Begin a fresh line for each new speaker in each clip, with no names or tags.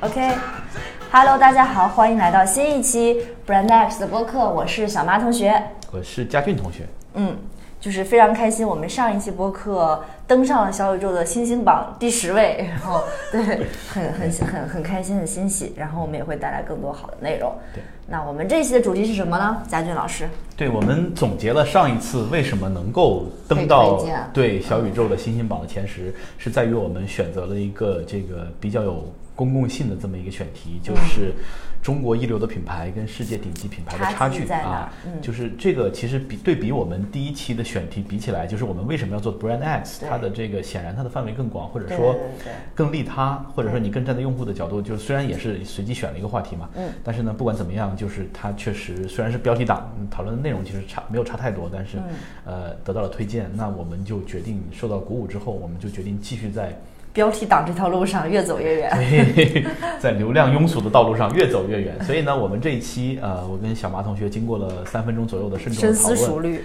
OK，Hello，、大家好，欢迎来到新一期 Brand X 的播客，我是小妈同学。
我是佳俊同学，
嗯，就是非常开心，我们上一期播客登上了小宇宙的新星榜第十位，然后对，很很很很开心，很欣喜。然后我们也会带来更多好的内容。
对，
那我们这一期的主题是什么呢？佳俊老师，
对我们总结了上一次为什么能够
被
登到
推荐
对小宇宙的新星榜的前十，是在于我们选择了一个这个比较有公共性的这么一个选题，就是中国一流的品牌跟世界顶级品牌
嗯
的
差
差
距
距
在哪儿
啊
嗯，
就是这个其实比对比我们第一期的选题比起来，就是我们为什么要做 Brand X，
对
它的这个显然它的范围更广，或者
对
说
对对对
更利他，或者说你更站在用户的角度，就是虽然也是随机选了一个话题嘛，
嗯
但是呢，不管怎么样，就是它确实虽然是标题党，嗯讨论的内容其实差没有差太多，但
嗯
是、呃得到了推荐，那我们就决定受到鼓舞之后，我们就决定继续在
标题党这条路上越走越
哎
远。
在流量庸俗的道路上越走越远。所以呢，我们这一期呃，我跟小马同学经过了三分钟左右的慎重
深
的讨
思
论，
熟虑，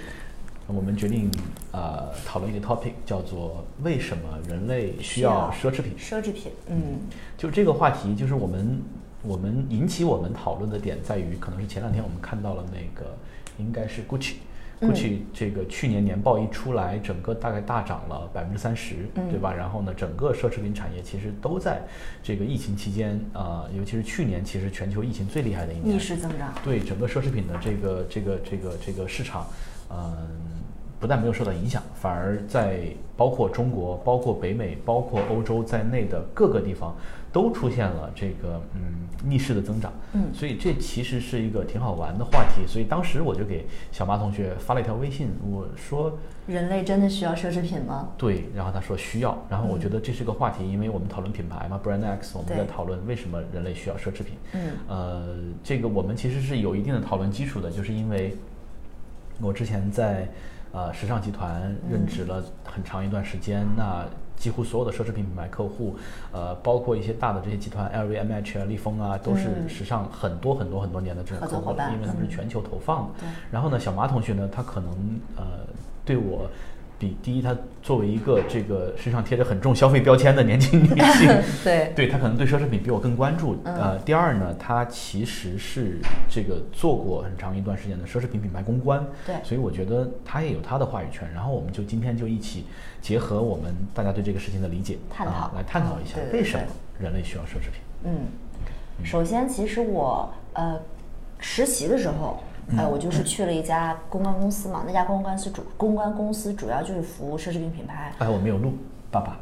我们决定呃讨论一个 topic，叫做为什么人类需
需要
要奢侈品。
奢侈品，嗯，
就这个话题，就是我们我们引起我们讨论的点在于，可能是前两天我们看到了那个应该是 Gucci。
嗯
Gucci 这个去年年报一出来，整个大概大涨了百分之三十，
嗯
对吧？然后呢，整个奢侈品产业其实都在这个疫情期间，呃，尤其是去年，其实全球疫情最厉害的一年，
逆势增长。
对整个奢侈品的这个这个这个这个市场，嗯，不但没有受到影响，反而在包括中国、包括北美、包括欧洲在内的各个地方，都出现了这个嗯逆势的增长。
嗯
所以这其实是一个挺好玩的话题。所以当时我就给小马同学发了一条微信，我说。
人类真的需要奢侈品吗？
对，然后他说需要，然后我觉得这是个话题，因为我们讨论品牌嘛，Brand X，我们
嗯对
在讨论为什么人类需要奢侈品。
嗯，
呃，这个我们其实是有一定的讨论基础的，就是因为我之前在呃时尚集团
嗯
任职了很长一段时间，那几乎所有的奢侈品品牌客户，呃，包括一些大的这些集团，LV、MH、利丰啊，都是
嗯
时尚很多很多很多年的这种
合
客
作
户
伙
了
伴
因为他们
嗯
是全球投放的。
对
然后呢，小马同学呢，他可能呃对我。比第一，他作为一个这个身上贴着很重消费标签的年轻女性，
对，
对他可能对奢侈品比我更关注。
嗯
呃，第二呢，他其实是这个做过很长一段时间的奢侈品品牌公关，
对
所以我觉得他也有他的话语权。然后我们就今天就一起结合我们大家对这个事情的理解，
探讨
啊、来探讨一下
嗯对对
为什么
对
人类需要奢侈品。
嗯，首先，其实我呃实习的时候，呃，我就是去了一家公关公司嘛，那家公关公司主公关公司主要就是服务奢侈品品牌，
哎，我没有录，爸爸。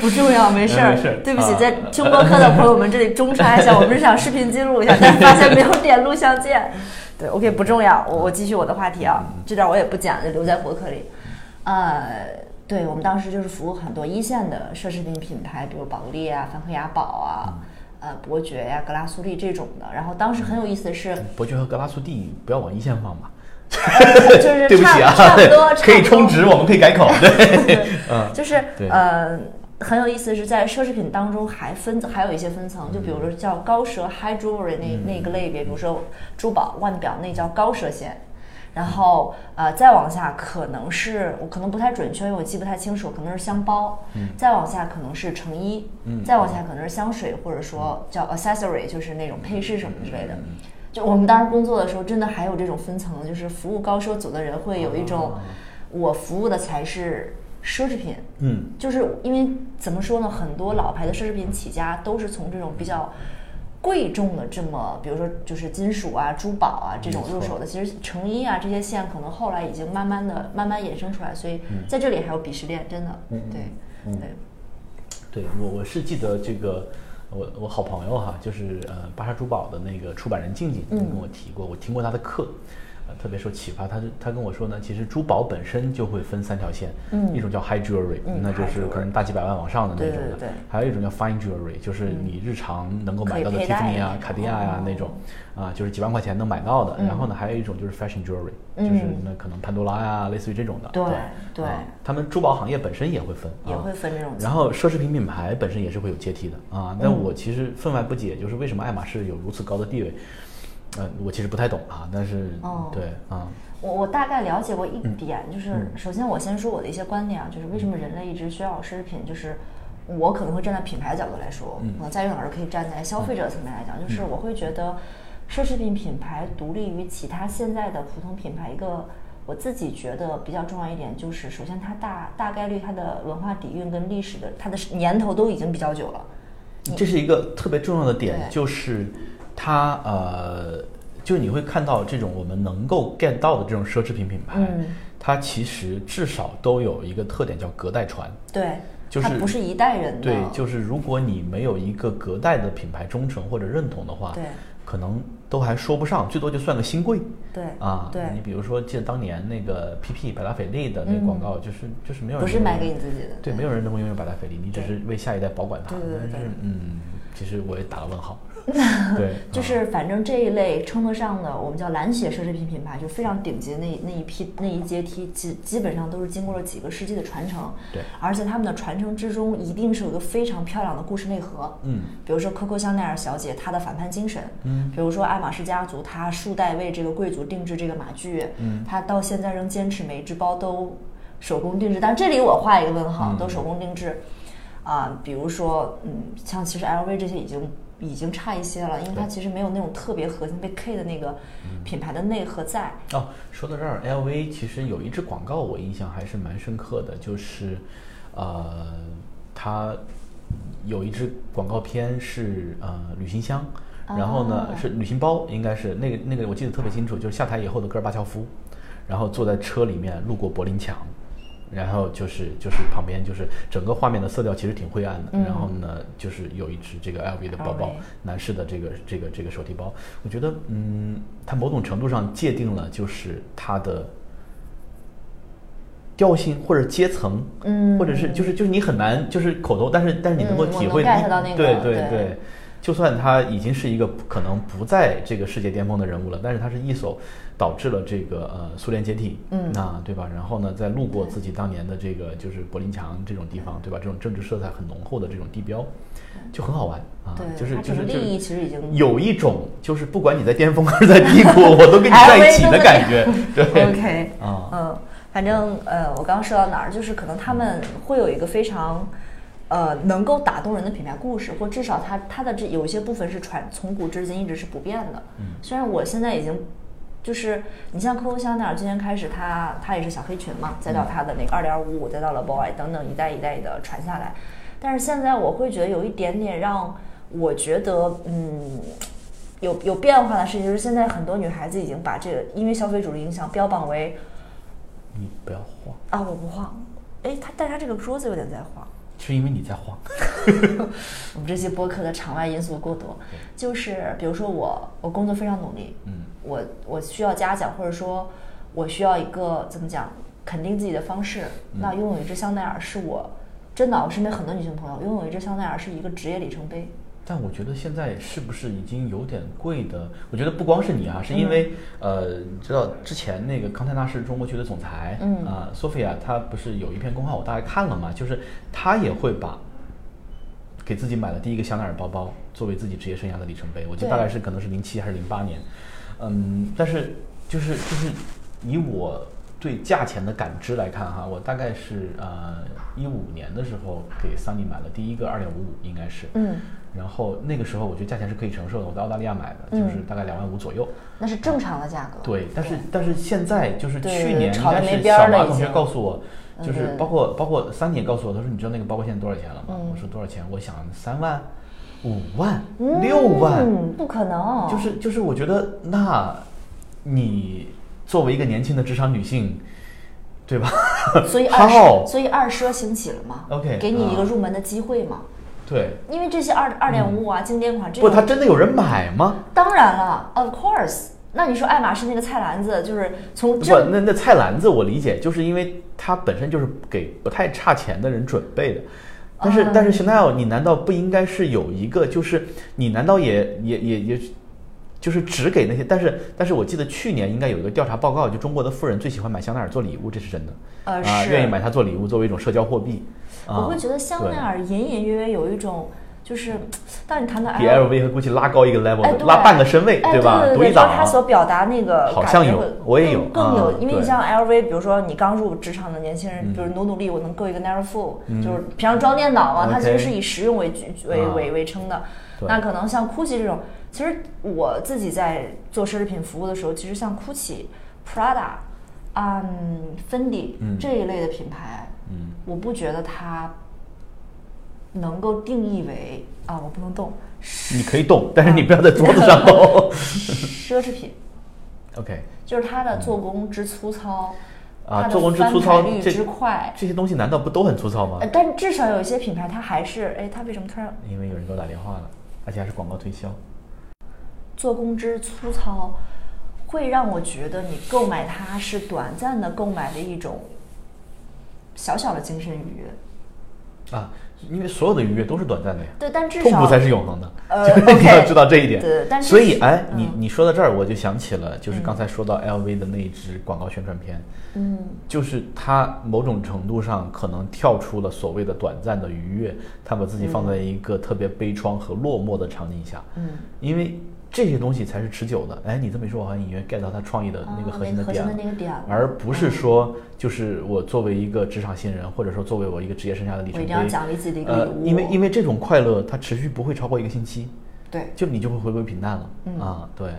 不重要，没事儿，
没事儿
对不起，
啊
在听播客的朋友们这里 中插一下，我们是想视频记录一下，但是发现没有点录像 键。对，OK，不重要，我我继续我的话题啊，
嗯
这段我也不剪了，留在博客里。呃，对我们当时就是服务很多一线的奢侈品品牌，比如宝格丽啊、梵克雅宝啊。
嗯
呃，伯爵呀、格拉苏利这种的，然后当时很有意思的 是，
伯爵和格拉苏蒂不要往一线放吧。
就是
对不
差
起啊，
差不多，
可以
差不多
充值，我们可以改口。 对，嗯，
就是
对
呃，很有意思的是在奢侈品当中还分还有一些分层，就比如说叫高奢 high jewelry 那、那个类别，比如说珠宝、腕表那叫高奢线。然后，呃，再往下可能是我可能不太准确，因为我记不太清楚，可能是箱包，再往下可能是成衣，再往下可能是香水，或者说叫 accessory，就是那种配饰什么之类的。就我们当时工作的时候，真的还有这种分层，就是服务高奢组的人会有一种，我服务的才是奢侈品，
嗯，
就是因为怎么说呢，很多老牌的奢侈品起家都是从这种比较贵重的这么，比如说就是金属啊、珠宝啊这种入手的。其实成衣啊这些线可能后来已经慢慢的、慢慢衍生出来，所以
嗯
在这里还有鄙视链，真的，对，对，
对我我是记得这个，我我好朋友哈，就是呃巴莎珠宝的那个出版人静静
嗯
跟我提过，我听过他的课。呃特别受启发，他就他跟我说呢，其实珠宝本身就会分三条线，
嗯
一种叫 high jewelry，、
嗯
那就
high
是
jewelry
可能大几百万往上的那种的，
对对对
还有一种叫 fine jewelry，就是你日常能够
可
买
以
到的
佩
Tiffany
戴的
啊、
那
卡
种
地亚呀、
哦
那种，啊、就是几万块钱能买到的。然后呢，还有一种就是 fashion jewelry，、就是
嗯
那可能潘多拉呀、类似于这种的。
对对
啊他们珠宝行业本身也会分，
也
啊
会分这种层。
然后奢侈品品牌本身也是会有阶梯的
嗯
啊，但我其实分外不解，就是为什么爱马仕有如此高的地位？呃，我其实不太懂啊，但是、
哦
对啊，
我我大概了解过
嗯
一点，就是首先我先说我的一些观点啊，就是为什么人类一直需要奢侈品，就是我可能会站在品牌角度来说，
嗯
可能佳韵老师可以站在消费者层面来讲，就是我会觉得奢侈品品牌独立于其他现在的普通品牌一个。我自己觉得比较重要一点就是，首先它大大概率它的文化底蕴跟历史的它的年头都已经比较久了，嗯
这是一个特别重要的点，
对
就是它呃，就是你会看到这种我们能够 get 到的这种奢侈品品牌，
嗯
它其实至少都有一个特点叫隔代传。
对，
就是
它不是一代人的，
对，就是如果你没有一个隔代的品牌忠诚或者认同的话，
对
可能都还说不上，最多就算个新贵。
对
啊，
对嗯
你比如说，记得当年那个 PP 百达翡丽的那个广告，就是就是没有
不
人
是
能够
卖给你自己的
对，
对
没有人能够拥有百达翡丽，你只
对
是为下一代保管它。
对对对
但是
对
嗯，其实我也打了问 号。对，
就是反正这一类称得上的，我们叫蓝血奢侈品品牌，就非常顶级的那那一批那一阶梯，基基本上都是经过了几个世纪的传承。
对
而且他们的传承之中一定是有一个非常漂亮的故事内核。
嗯，
比如说 Coco 香奈儿小姐她的反叛精神，
嗯，
比如说爱马仕家族，她数代为这个贵族定制这个马具，
嗯
她到现在仍坚持每一只包都手工定制，但这里我画一个问号，
嗯
都手工定制。啊，比如说，嗯，像其实 LV 这些已经已经差一些了，因为它
对嗯
其实没有那种特别核心被 K 的那个品牌的内核在。
哦，说到这儿，LV 其实有一支广告我印象还是蛮深刻的，就是，呃，它有一支广告片是呃旅行箱，然后呢、
哦
是旅行包，应该是那个那个我记得特别清楚，就是下台以后的戈尔巴乔夫，然后坐在车里面路过柏林墙。然后就是就是旁边就是整个画面的色调其实挺灰暗的，然后呢就是有一只这个 LV 的包包
LV，
男士的这个这个这个手提包，我觉得，嗯，它某种程度上界定了就是它的调性或者阶层，
嗯
或者是就是就是你很难就是口头，但是但是你能够
嗯我
体
能
会
get 到那个
对对
对
对，就算他已经是一个可能不在这个世界巅峰的人物了，但是他是一手导致了这个呃苏联解体，
嗯
啊对吧？然后呢，再路过自己当年的这个就是柏林墙这种地方，对吧？这种政治色彩很浓厚的这种地标，就很好玩啊，
嗯对
就是
它
就
整
是
个
就是
利益其实已经
有一种就是不管你在巅峰还是在低谷，我都跟你在一起的感觉，对
OK，
啊
嗯，反正呃，我刚刚说到哪儿，就是可能他们会有一个非常。呃，能够打动人的品牌故事，或至少它它的这有一些部分是传从古至今一直是不变的。虽然我现在已经，就是你像 Coco 香奈儿今年开始它，它也是小黑裙嘛，再到它的那个二点五五，再到了 Boy 等等一代一代的传下来，但是现在我会觉得有一点点让我觉得嗯有有变化的事情，就是现在很多女孩子已经把这个因为消费主义影响标榜为
你不要晃，
啊，我不晃。哎，他但他这个桌子有点在晃。
是因为你在晃，
我们这期播客的场外因素过多，就是比如说我我工作非常努力，
嗯，
我我需要嘉奖，或者说我需要一个怎么讲肯定自己的方式。
嗯
那拥有一只香奈儿是我真的，我身边很多女性朋友拥有一只香奈儿是一个职业里程碑。
但我觉得现在是不是已经有点贵的？我觉得不光是你啊，是因为、
嗯
呃，你知道之前那个康泰纳是中国区的总裁，
嗯
啊、索菲亚她不是有一篇公号，我大概看了嘛，就是她也会把给自己买了第一个香奈儿包包作为自己职业生涯的里程碑，我记得
对
大概是可能是零七还是零八年，嗯，但是就是就是以我对价钱的感知来看哈，我大概是呃一五年的时候给桑尼买了第一个二点五五，应该是，
嗯，
然后那个时候我觉得价钱是可以承受的，我在澳大利亚买的，
嗯
就是大概两万五左右。
那是正常的价格。
对，但是但是现在就是
对
去年应
炒得
该
没
是
边
小
儿了
马
已
同学
经
告诉我，
嗯
就是
对
包括包括三也告诉我，他说你知道那个包包现在多少钱了吗？我说多少钱？我想三万、五万、
嗯
六万，
不可能，
就是就是我觉得那，你作为一个年轻的职场女性，对吧？
所以二奢
How？
所以二奢兴起了嘛
OK，
给你一个
啊
入门的机会嘛。
对，
因为这些二二点五啊，经典款这
嗯不，
种
他真的有人买吗？
当然了，of course。那你说爱马仕那个菜篮子，就是从
不，
正
那那菜篮子我理解，就是因为它本身就是给不太差钱的人准备的。
嗯
但是、但是 Chanel，你难道不应该是有一个，就是你难道也也也也，就是只给那些？但是但是我记得去年应该有一个调查报告，就中国的富人最喜欢买香奈儿做礼物，这是真的。
呃
啊，
是
愿意买它做礼物作为一种社交货币。啊
我会觉得香奈儿隐隐约约有一种就是当你谈到
B L V 和 GUCCI 拉高一个 level，、
哎对
拉半个身位，
哎，
吧？
对
独
对
一
对，就
档啊
是他所表达那个
好
感
像
觉
有
会
我也
更
有
更
啊
有，因为
对嗯
你像 LV，比如说你刚入职场的年轻人，比如努努力，我能够一个 Never Full，就是平常装电脑嘛，它其
OK
实是以实用为居为
啊
为为称的。
对
那可能像 GUCCI 这种，其实我自己在做奢侈品服务的时候，其实像 GUCCI、Prada、嗯、Fendi
嗯
这一类的品牌，
嗯，
我不觉得它能够定义为啊，我不能 动
你可以动，但是你不要在桌 子上动。
奢侈品。
OK，
就是它的做工之粗糙，它
啊
的
做工之粗糙
翻牌率
这
之快。
这些东西难道不都很粗糙吗
呃，？但至少有一些品牌，它还是，哎，它为什么突然
因为有人给我打电话了，而且还是广告推销。
做工之粗糙，会让我觉得你购买它是短暂的购买的一种小小的精神愉悦。
啊，因为所有的愉悦都是短暂的呀，
对，但至
痛
少
苦才是永恒的。
呃
就是你要
OK，
知道这一点。
对但是
所以哎，你
嗯
你说到这儿，我就想起了，就是刚才说到 LV 的那一支广告宣传片，
嗯，
就是它某种程度上可能跳出了所谓的短暂的愉悦，它把自己放在一个特别悲怆和落寞的场景下，
嗯，
因为。这些东西才是持久的。哎，你这么一说，我好像隐约 get 到它创意的那个
啊
核心的
那个核
点了，
心的那个点啊嗯了
而不是说就是我作为一个职场新人，或者说作为我一个职业生涯的里
我
程碑，
一定要奖励自己的一个
呃
礼，物。
因为因为这种快乐它持续不会超过一个星期，
对，
就你就会回归平淡了、
嗯
啊。对，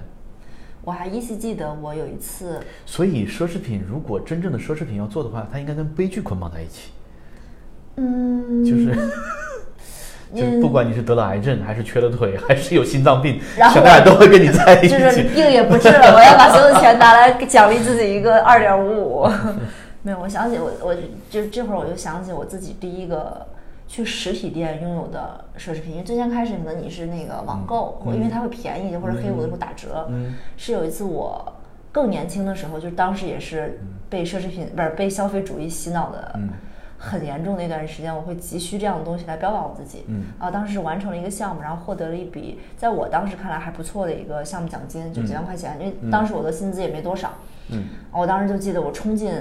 我还依稀记得我有一次，
所以奢侈品如果真正的奢侈品要做的话，它应该跟悲剧捆绑在一起，
嗯，
就是 就是不管你是得了癌症，还是缺了腿，还是有心脏病，
然后
想大家都会跟你在一起。
就是你病也不治了，我要把所有的钱拿来奖励自己一 个二点五五。没有，我想起我我就这会儿我就想起我自己第一个去实体店拥有的奢侈品，因为最先开始可能你是那个网购，
嗯
因为它会便宜或者黑五的时候打折。
嗯
是有一次我更年轻的时候，就当时也是被奢侈品不是被消费主义洗脑的。
嗯
很严重的一段时间，我会急需这样的东西来标榜我自己。
嗯
啊，当时是完成了一个项目，然后获得了一笔在我当时看来还不错的一个项目奖金，就几万块钱，因为当时我的薪资也没多少。
嗯，
我当时就记得我冲进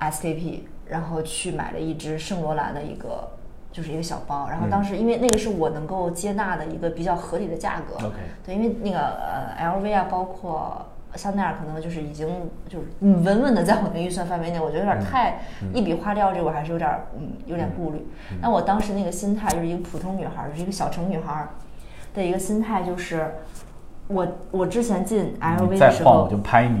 SKP，然后去买了一只圣罗兰的一个。就是一个小包，
嗯
然后当时因为那个是我能够接纳的一个比较合理的价格，
OK
对，因为那个呃 LV 啊，包括香奈儿，可能就是已经就是嗯稳稳的在我的预算范围内，我觉得有
嗯
点太、一笔花掉这个，我还是有点儿嗯有点顾虑。那、我当时那个心态就是一个普通女孩儿，就是一个小城女孩儿的一个心态，就是我我之前进 LV 的
你嗯再
时
晃
候
我就，拍你。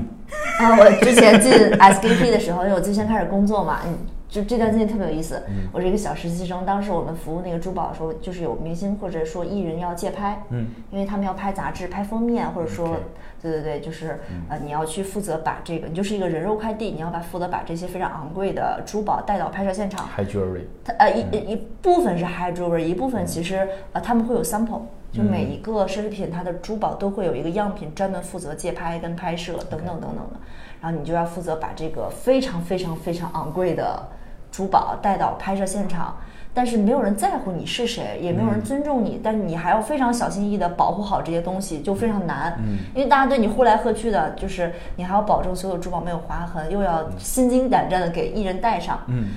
啊，我之前进 SKP 的时候，因为我最先开始工作嘛，嗯，就这段经历特别有意思。
嗯
我是一个小实习生，当时我们服务那个珠宝的时候，就是有明星或者说艺人要借拍，
嗯，
因为他们要拍杂志、拍封面，或者说
OK 嗯
对对对，就是呃，你要去负责把这个，你就是一个人肉快递，你要把负责把这些非常昂贵的珠宝带到拍摄现场。
High jewelry，
它呃一一一部分是 high jewelry，一部分其实呃他们会有 sample，就每一个奢侈品它的珠宝都会有一个样品专门负责街拍跟拍摄等等等等的，然后你就要负责把这个非常非常非常昂贵的珠宝带到拍摄现场。但是没有人在乎你是谁，也没有人尊重你，但是你还要非常小心翼翼的保护好这些东西，就非常难。嗯，因为大家对你呼来喝去的，就是你还要保证所有珠宝没有划痕，又要心惊胆战的给艺人戴上。嗯，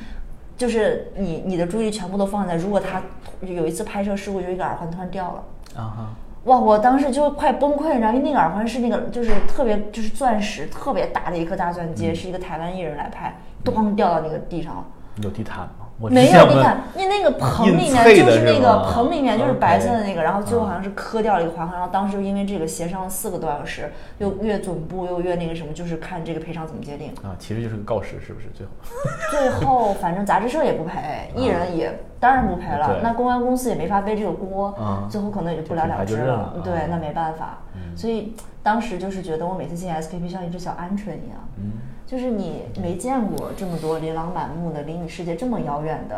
就是你你的注意力全部都放在，如果他有一次拍摄事故，就一个耳环突然掉了。
啊哈，
哇！我当时就快崩溃，然后因为那个耳环是那个就是特别就是钻石特别大的一颗大钻戒，
嗯
是一个台湾艺人来拍，咣掉到那个地上了。
有地毯吗？我
没
之前
有，
有
你
问
看，你那个棚
硬
里面
脆
就
的
是
是
那个
吗啊
棚里面就是白色的
OK
那个，然后最后好像是磕掉了一个环环，然后当时因为这个协商了四个多小时，又越总部又越那个什么，就是看这个赔偿怎么界定。
啊，其实就是个告示，是不是？最后，
最后反正杂志社也不赔，艺人也当然不赔了
嗯对，
那公关公司也没法背这个锅
啊，
最后可能也就不了了之
这品牌就认了
对
啊，
那没办法。所以当时就是觉得我每次进 SKP 像一只小鹌鹑一样，
嗯
就是你没见过这么多琳琅满目的、离你世界这么遥远的。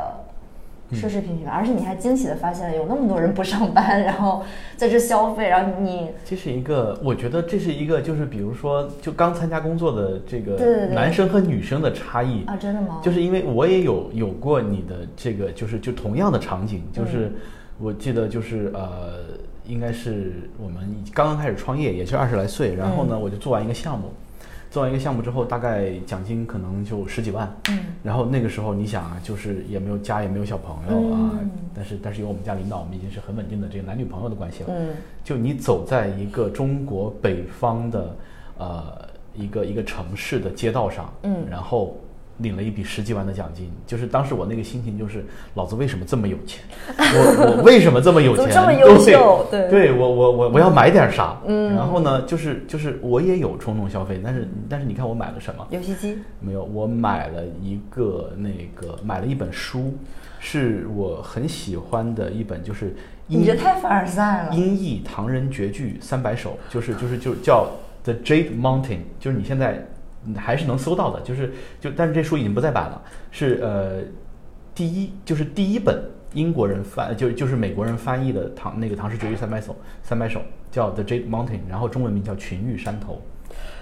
奢侈品品牌，而且你还惊喜的发现有那么多人不上班，然后在这消费，然后你
这是一个，我觉得这是一个，就是比如说，就刚参加工作的这个
对对对
男生和女生的差异
啊，真的吗？
就是因为我也有有过你的这个，就是就同样的场景，
嗯
就是我记得就是呃，
嗯
应该是我们刚刚开始创业，也是二十来岁，然后呢，我就做完一个项目，做完一个项目之后，大概奖金可能就十几万。
嗯，
然后那个时候你想啊，就是也没有家，也没有小朋友啊，
嗯
但是但是有我们家领导，我们已经是很稳定的这个男女朋友的关系了。
嗯，
就你走在一个中国北方的呃一个一个城市的街道上，
嗯
然后领了一笔十几万的奖金，就是当时我那个心情就是，老子为什么这么有 钱？我我为什么这么有
怎
钱？
么这么优秀
对，
对
我我我我要买点啥？嗯，然后呢，就是就是我也有冲动消费，但是但是你看我买了什么？
游戏机，
没有，我买了一个那个买了一本书，是我很喜欢的一本，就是英
你这太凡尔赛了。
音译唐人绝句三百首，就是就是就叫 The Jade Mountain，就是你现在还是能搜到的，就是就但是这书已经不再版了，是呃第一就是第一本英国人翻就就是美国人翻译的唐那个唐诗绝句三百首三百首叫 The Jade Mountain，然后中文名叫群玉山头。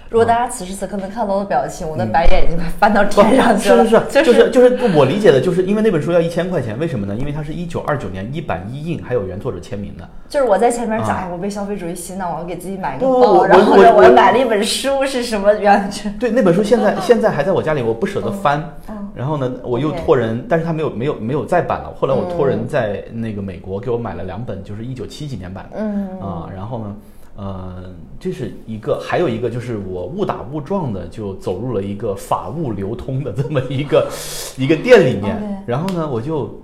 如果大家此时此刻能看到我的表情，我的白眼已经快翻到天上去
嗯哦是
了。
是
就
是，就是就是我理解的，就是因为那本书要一千块钱，为什么呢？因为它是一九二九年一版一印，还有原作者签名的。
就是我在前面讲，
啊
哎我被消费主义洗脑，我要给自己买一个
不
包，
我
然后
我
呢，
我
我又买了一本书，是嗯什么原 著？
对，那本书现在、现在还在我家里，我不舍
嗯
得翻。然后呢，我又
OK
托人，但是他没有没有没有再版了。后来我托
嗯
人在那个美国给我买了两本，就是一九七几年版的。
嗯
啊，然后呢，呃，这是一个，还有一个就是我误打误撞的就走入了一个法务流通的这么一个一个店里面
OK
然后呢，我就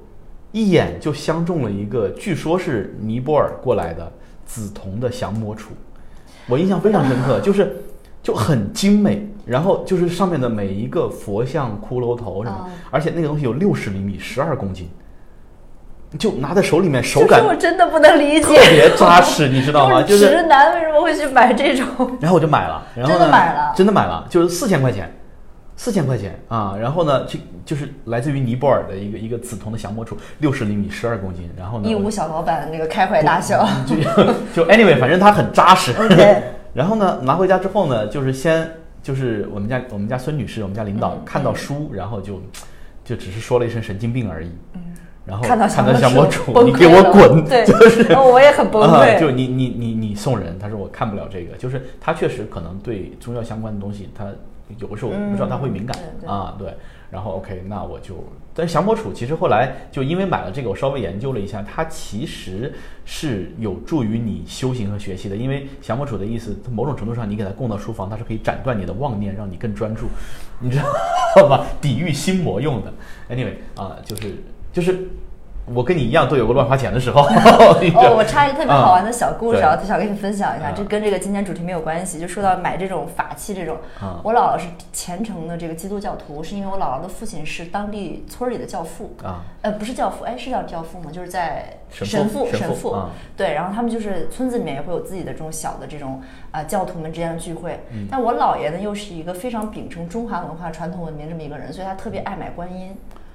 一眼就相中了一个，据说是尼泊尔过来的紫铜的降魔杵，我印象非常深刻，就是就很精美。然后就是上面的每一个佛像、骷髅头什么
啊
而且那个东西有六十厘米，十二公斤，就拿在手里面，手
就是
感
我真的不能理解，
特别扎实，你知道吗？就
就是直
是，
男为什么会去买这种？
然后我就买了，然后呢
真的买了
真的买了，就是四千块钱，四千块钱啊。然后呢，就就是来自于尼泊尔的一个一个紫铜的降魔杵，六十厘米，十二公斤。然后呢，
义乌小老板那个开怀大笑，
就 就 anyway，反正它很扎实。
OK
然后呢，拿回家之后呢，就是先就是我们家我们家孙女士，我们家
嗯
领导看到书，然后就就只是说了一声神经病而已。然后
嗯看到
看
小
到降魔
魔
杵，
崩
你
溃
给我
了
滚！
对，
就是
然后我也很崩
啊、
溃。
就你你你你送人，他说我看不了这个，就是他确实可能对中药相关的东西，他有的时候
嗯
不知道他会敏感、
对对
啊，对。然后 OK，那我就，但是降魔杵其实后来就因为买了这个，我稍微研究了一下，它其实是有助于你修行和学习的，因为降魔杵的意思，它某种程度上你给它供到书房，它是可以斩断你的妄念，让你更专注，你知道 吧？抵御心魔用的。Anyway 啊，就是就是。我跟你一样，都有过乱花钱的时候。 你知道
哦，我插一个特别好玩的小故事啊，
嗯对
想跟你分享一下，
嗯
这跟这个今天主题没有关系。就说到买这种法器这种
嗯，
我姥姥是虔诚的这个基督教徒，是因为我姥姥的父亲是当地村儿里的教父
啊，
呃，不是教父，哎，是叫教父吗？就是在
神
神
父
父
神父
父
啊
对，然后他们就是村子里面也会有自己的这种小的这种啊教徒们之间的聚会。但我姥爷呢，又是一个非常秉承中华文化传统文明这么一个人，所以他特别爱买观音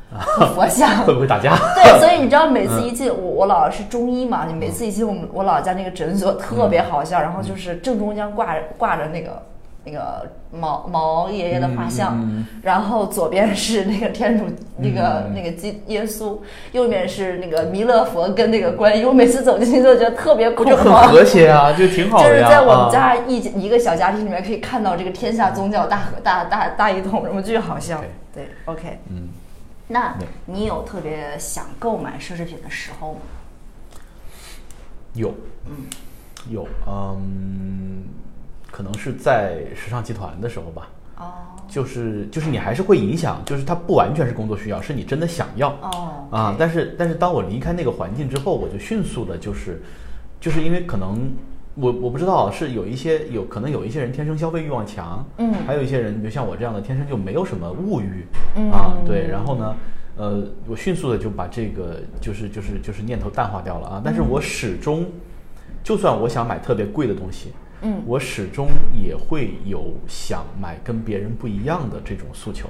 和佛像。
会不会打架？
对，所以你知道每次一
嗯
进我我姥姥是中医嘛，你每次一进我们我姥姥家那个诊所特别好
嗯
笑，然后就是正中间挂着挂着那个。那个毛毛爷爷的画
嗯
像，然后左边是那个天主，那个、那个基耶稣，右面是那个弥勒佛跟那个观音。我每次走进去就觉得特别
我
恐
觉得很
慌，
和谐 啊，就挺好
就
的
是
呀。
在我们
啊，
家一、一个小家庭里面可以看到这个天下宗教大合大大大一统，什么巨好笑。对，OK，
嗯，
那
对
你有特别想购买奢侈品的时候吗？
有，有，嗯，可能是在时尚集团的时候吧，
哦
就是就是你还是会影响，就是它不完全是工作需要，是你真的想要
哦
啊。但是但是当我离开那个环境之后，我就迅速的就是就是因为可能。我我不知道，是有一些有可能有一些人天生消费欲望强，
嗯
还有一些人，比如像我这样的，天生就没有什么物欲，
嗯
啊，对，然后呢，呃，我迅速的就把这个就是就是就是念头淡化掉了啊，但是
嗯
我始终，就算我想买特别贵的东西，
嗯
我始终也会有想买跟别人不一样的这种诉求，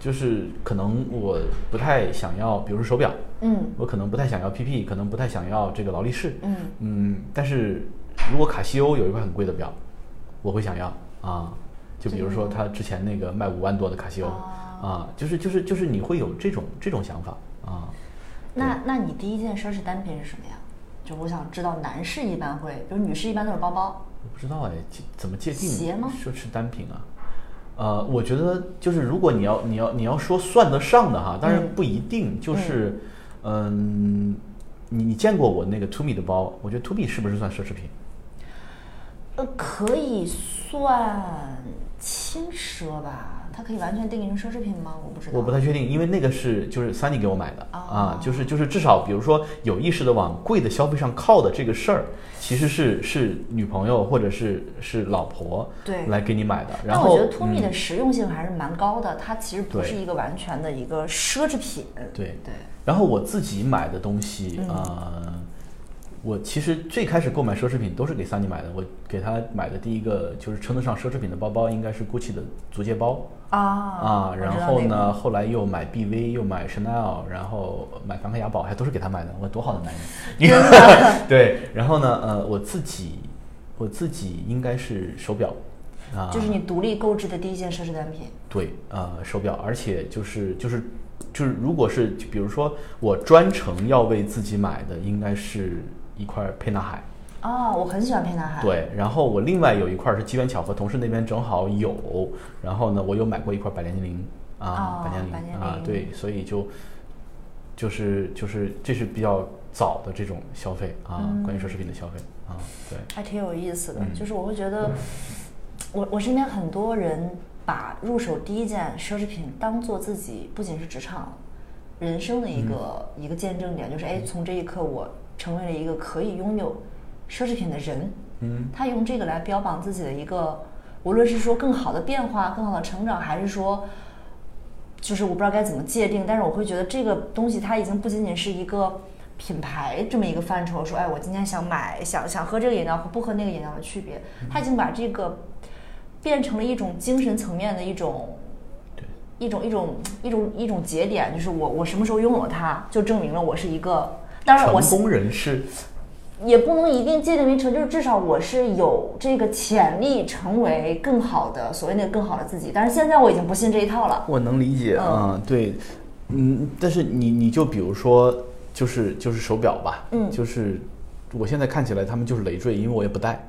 就是可能我不太想要，比如说手表，
嗯
我可能不太想要 PP，可能不太想要这个劳力士，
嗯
嗯，但是如果卡西欧有一块很贵的表，我会想要啊，就比如说他之前那个卖五万多的卡西欧啊，就是就是就是你会有这种这种想法啊，
那那你第一件奢侈单品是什么呀？就我想知道，男士一般会，比如女士一般都是包包。
我不知道哎，怎么界定
鞋吗
奢侈单品啊？呃，我觉得就是如果你要你要你要说算得上的哈，当然不一定，就是嗯，你你见过我那个 To Me 的包，我觉得 To Me 是不是算奢侈品？
呃，可以算轻奢吧？它可以完全定义成奢侈品吗？我不知道。
我不太确定，因为那个是就是 Sunny 给我买的、
哦
啊，就是就是至少比如说有意识的往贵的消费上靠的这个事儿，其实是是女朋友或者是是老婆
对
来给你买的。然
但
后
我觉得 To
嗯
Me 的实用性还是蛮高的，它其实不
对
是一个完全的一个奢侈品。
对
对，
然后我自己买的东西，
嗯
呃，我其实最开始购买奢侈品都是给桑尼买的。我给他买的第一个就是称得上奢侈品的包包，应该是 GUCCI 的足节包
啊
啊。
我知
然
道
后
那个
呢， 后来又买 BV，又买 Chanel，然后买梵克雅宝，还都是给他买的。我多好的男人！ 对，然后呢，呃，我自己我自己应该是手表啊，
就是你独立购置的第一件奢侈单品。
对，呃，手表，而且就是就是就是，如果是就比如说我专程要为自己买的，应该是一块沛纳海，
啊，我很喜欢沛纳海。，
对，然后我另外有一块是机缘巧合，同事那边正好有，然后呢，我有买过一块百年灵
哦
啊，百年
百
灵
年
啊，
灵
对，所以就就是就是这是比较早的这种消费啊，
嗯
关于奢侈品的消费啊，对，
还挺有意思的。
嗯
就是我会觉得，我我身边很多人把入手第一件奢侈品当做自己不仅是职场人生的一
嗯
个、一个见证点，就是哎，从这一刻我成为了一个可以拥有奢侈品的人。
嗯，
他用这个来标榜自己的一个，无论是说更好的变化、更好的成长，还是说，就是我不知道该怎么界定，但是我会觉得这个东西它已经不仅仅是一个品牌这么一个范畴，说哎，我今天想买想想喝这个饮料和不喝那个饮料的区别，
嗯
它已经把这个变成了一种精神层面的一种
对，
一种一种一种一种节点，就是我我什么时候拥有它，就证明了我是一个。当然，我
成功人士，
也不能一定界定为成，就是至少我是有这个潜力成为更好的所谓那个更好的自己。但是现在我已经不信这一套了。
我能理解，嗯，对，嗯，但是你你就比如说，就是就是手表吧，
嗯
就是我现在看起来他们就是累赘，因为我也不戴，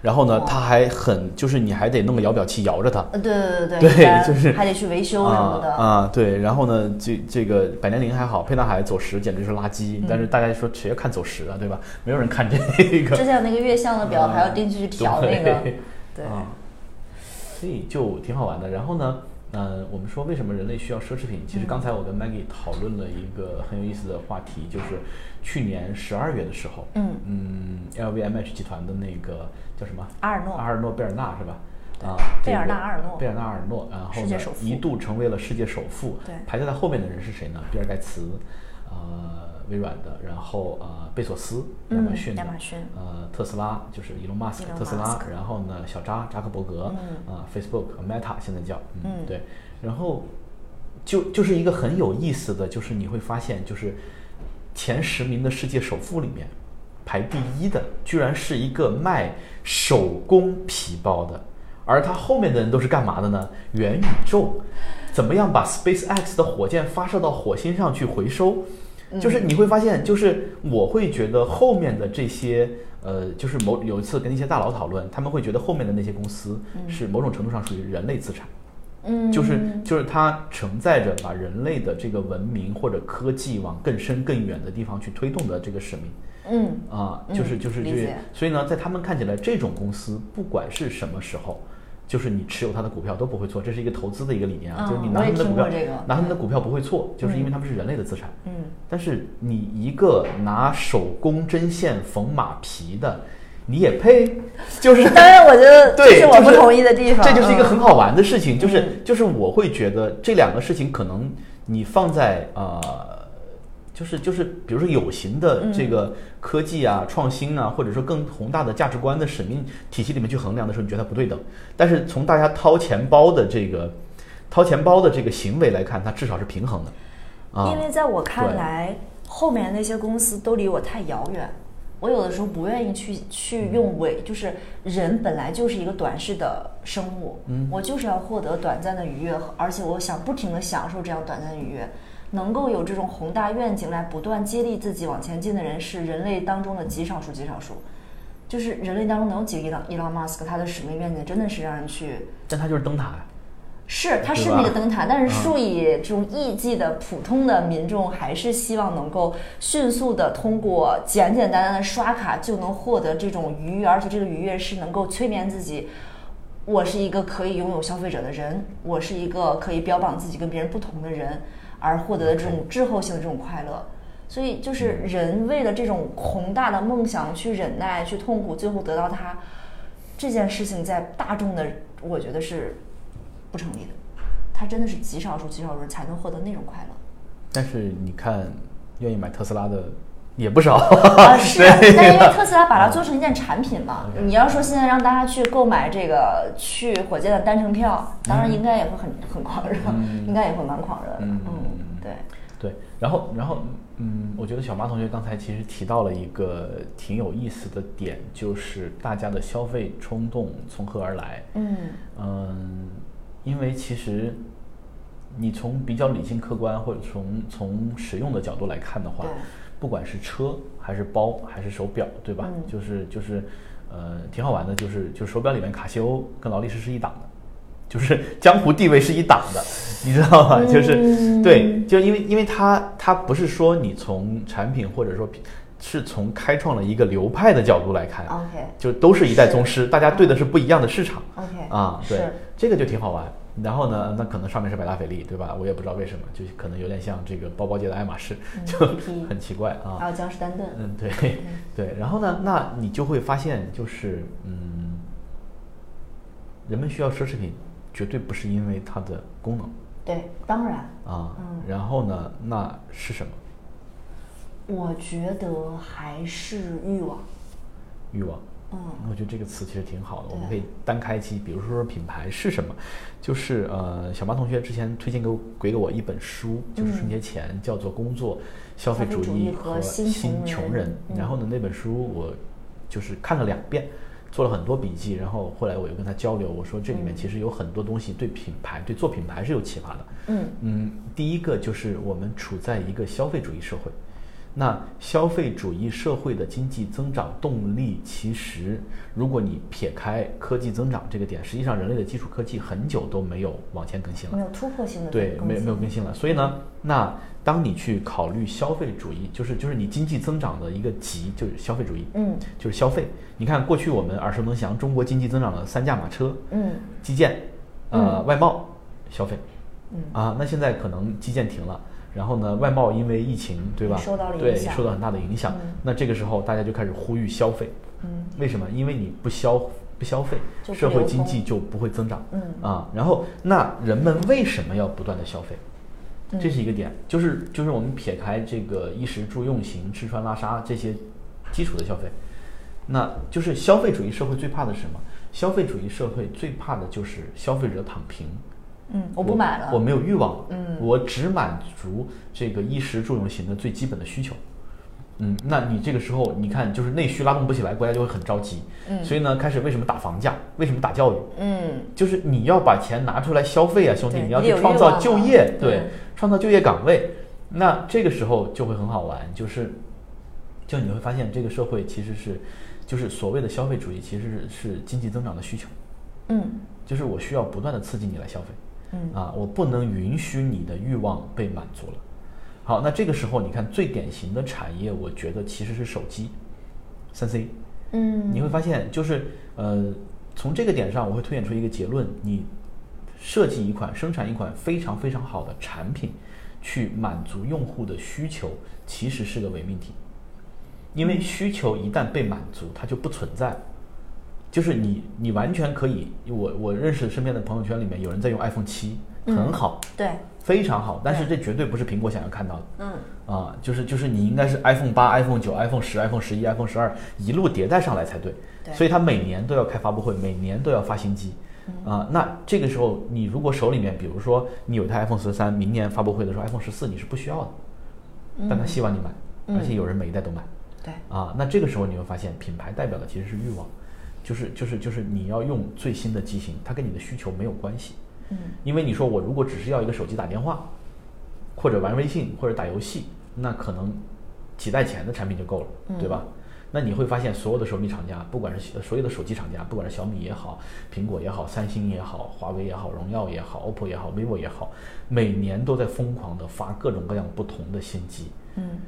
然后呢，
哦
它还很就是你还得弄个摇表器摇着它。
呃，对对对
对
一般
就是
还得去维修什么
啊
的。
啊，对，然后呢，这这个百年灵还好，沛纳海走十简直就是垃圾，
嗯
但是大家说谁要看走十啊，对吧？没有人看这个，
之前有那个月相的表，
啊
还要定期去调那个。
对
对，
啊，所以就挺好玩的。然后呢，呃，我们说为什么人类需要奢侈品？
嗯
其实刚才我跟 Maggie 讨论了一个很有意思的话题，就是去年十二月的时候，
嗯
嗯，LVMH 集团的那个叫什么？
阿尔诺
阿尔诺贝尔纳是吧？啊，
贝尔纳
这个
阿尔诺
贝尔纳阿尔诺，然后
世
呢
界首富
一度成为了世界首富。
对
排在他后面的人是谁呢？比尔盖茨，呃，微软的，然后呃，贝索斯，亚马
嗯
逊的，
亚马逊
呃，特斯拉就是伊隆马斯克，
Elon
特斯拉
Musk，
然后呢，小扎扎克伯格，啊、Facebook Meta 现在叫，嗯，
嗯
对，然后就就是一个很有意思的，就是你会发现，就是前十名的世界首富里面排第一的，居然是一个卖手工皮包的。而他后面的人都是干嘛的呢？元宇宙，怎么样把 SpaceX 的火箭发射到火星上去回收？就是你会发现，就是我会觉得后面的这些，呃，就是某有一次跟一些大佬讨论，他们会觉得后面的那些公司是某种程度上属于人类资产，
嗯，
就是就是它承载着把人类的这个文明或者科技往更深更远的地方去推动的这个使命。
嗯，
啊，
嗯
就是就是
理
这
解，
所以呢，在他们看起来，这种公司不管是什么时候，就是你持有它的股票都不会错，这是一个投资的一个理念啊，
嗯
就是你拿
我
他
也
们的股
听过
票，
这个
拿他们的股票不会错，就是因为他们是人类的资产。
嗯，
但是你一个拿手工针线缝马皮的，你也配？ 就是
当然，我觉得这
对，
是我
就
不同意的地方。
这就是一个
嗯
很好玩的事情，就是
嗯
就是我会觉得这两个事情可能你放在呃，就是就是比如说有形的这个
嗯
科技啊、创新啊，或者说更宏大的价值观的使命体系里面去衡量的时候，你觉得它不对等。但是从大家掏钱包的这个掏钱包的这个行为来看，它至少是平衡的。啊
因，为在我
对
看来，后面那些公司都离我太遥远，我有的时候不愿意去去
嗯
用伪，就是人本来就是一个短视的生物，
嗯
我就是要获得短暂的愉悦，而且我想不停的享受这样短暂的愉悦。能够有这种宏大愿景来不断激励自己往前进的人，是人类当中的极少数，极少数。就是人类当中能有几个伊朗伊朗马斯克，他的使命愿景真的是让人去
但它就是灯塔呀。啊
是，它是
对吧嗯
那个灯塔，但是数以这种亿计的普通的民众，还是希望能够迅速的通过简简单单的刷卡就能获得这种愉悦，而且这个愉悦是能够催眠自己。我是一个可以拥有消费者的人，我是一个可以标榜自己跟别人不同的人，而获得的这
嗯
种滞后性的这种快乐。所以，就是人为了这种宏大的梦想去忍耐、去痛苦，最后得到它，这件事情在大众的，我觉得是不成立的。他真的是极少数、极少数人才能获得那种快乐。
但是你看，愿意买特斯拉的也不少。
啊，是，但因为特斯拉把
啊
它做成一件产品嘛，你要说现在让大家去购买这个去火箭的单程票，
嗯
当然应该也会很、很狂热，应该也会蛮狂热的。嗯，对，
对，然后然后嗯，我觉得小马同学刚才其实提到了一个挺有意思的点，就是大家的消费冲动从何而来？
嗯
嗯，因为其实你从比较理性客观，或者从从实用的角度来看的话
对，
不管是车还是包还是手表，对吧？
嗯
就是就是呃，挺好玩的，就是就是手表里面卡西欧跟劳力士是一档的。就是 江湖地位是一档的，你知道
嗯
吗？就是、对，就因为因为它它不是说你从产品或者说是从开创了一个流派的角度来看
，OK
就都是一代宗师，大家对的是不一样的市场。
OK
啊，对
是，
这个就挺好玩。然后呢，那可能上面是百达翡丽，对吧？我也不知道为什么，就可能有点像这个包包界的爱马仕，就
PP
很奇怪嗯啊。
还有江诗丹顿，
嗯，对， 对。然后呢，那你就会发现，就是嗯，人们需要奢侈品，绝对不是因为它的功能
对，当然，
啊。然后呢，那是什么？
我觉得还是欲望。
欲望。
嗯，
我觉得这个词其实挺好的，我们
对
可以单开一期，比如说说品牌是什么，就是呃，小马同学之前推荐给我给我一本书，就是春节前、叫做《工作、消费
费主
义
义和
新
新穷
穷
人嗯
然后呢，那本书我就是看了两遍。做了很多笔记，然后后来我又跟他交流，我说这里面其实有很多东西对品牌、对做品牌是有启发的。
嗯，
嗯，第一个就是我们处在一个消费主义社会，那消费主义社会的经济增长动力，其实如果你撇开科技增长这个点，实际上人类的基础科技很久都没有往前更新了
没。有突破性的
对，
更
没有
新
没有更新了。所以呢，那当你去考虑消费主义，就是就是你经济增长的一个极，就是消费主义，
嗯
就是消费。你看过去我们耳熟能详，中国经济增长的三驾马车，
嗯
基建，呃，外贸，消费，
嗯
啊，那现在可能基建停了。然后呢，外贸因为疫情，对吧？
受到了
对，
影响
受到很大的影响。
嗯
那这个时候大家就开始呼吁消费，
嗯，
为什么？因为你不消不消费，
就不
社会
流
经
通
济就不会增长。
嗯
啊，然后那人们为什么要不断的消费？这是一个点，就是就是我们撇开这个衣食住用行、吃穿拉撒这些基础的消费，那就是消费主义社会最怕的是什么？消费主义社会最怕的就是消费者躺平。
嗯，我不买了，
我没有欲望，
嗯
我只满足这个衣食住用型的最基本的需求。嗯，那你这个时候，你看就是内需拉动不起来，国家就会很着急。嗯，所以呢，开始为什么打房价？为什么打教育？
嗯
就是你要把钱拿出来消费啊，兄弟，
对
你要
你
去
有欲
创造
望
就
啊
业，对，
对
创造就业岗位。那这个时候就会很好玩，就是，就你会发现这个社会其实是，就是所谓的消费主义，其实是是经济增长的需求。
嗯
就是我需要不断的刺激你来消费，
嗯
啊，我不能允许你的欲望被满足了。好，那这个时候你看最典型的产业，我觉得其实是手机，三 C。
嗯
你会发现，就是呃，从这个点上，我会推演出一个结论：你设计一款、生产一款非常非常好的产品，去满足用户的需求，其实是个伪命题。因为需求一旦被满足，它就不存在了。就是你，你完全可以，我我认识身边的朋友圈里面有人在用 iPhone 七，很好，
对
非常好，但是这绝对不是苹果想要看到的。
嗯
啊，就是就是你应该是 iPhone 八、iPhone 九、iPhone 十、iPhone 十一、iPhone 十二一路迭代上来才对，
对
所以它每年都要开发布会，每年都要发新机。啊，那这个时候你如果手里面，比如说你有一台 iPhone 十三，明年发布会的时候 iPhone 十四你是不需要的，但他希望你买，而且有人每一代都买。
对
啊，那这个时候你会发现，品牌代表的其实是欲望，就是就是就是你要用最新的机型，它跟你的需求没有关系。
嗯，
因为你说我如果只是要一个手机打电话，或者玩微信或者打游戏，那可能几代前的产品就够了，对吧？那你会发现所有的手机厂家，不管是所有的手机厂家，不管是小米也好，苹果也好，三星也好，华为也好，荣耀也好，OPPO 也好，vivo 也好，每年都在疯狂的发各种各样不同的新机。
嗯，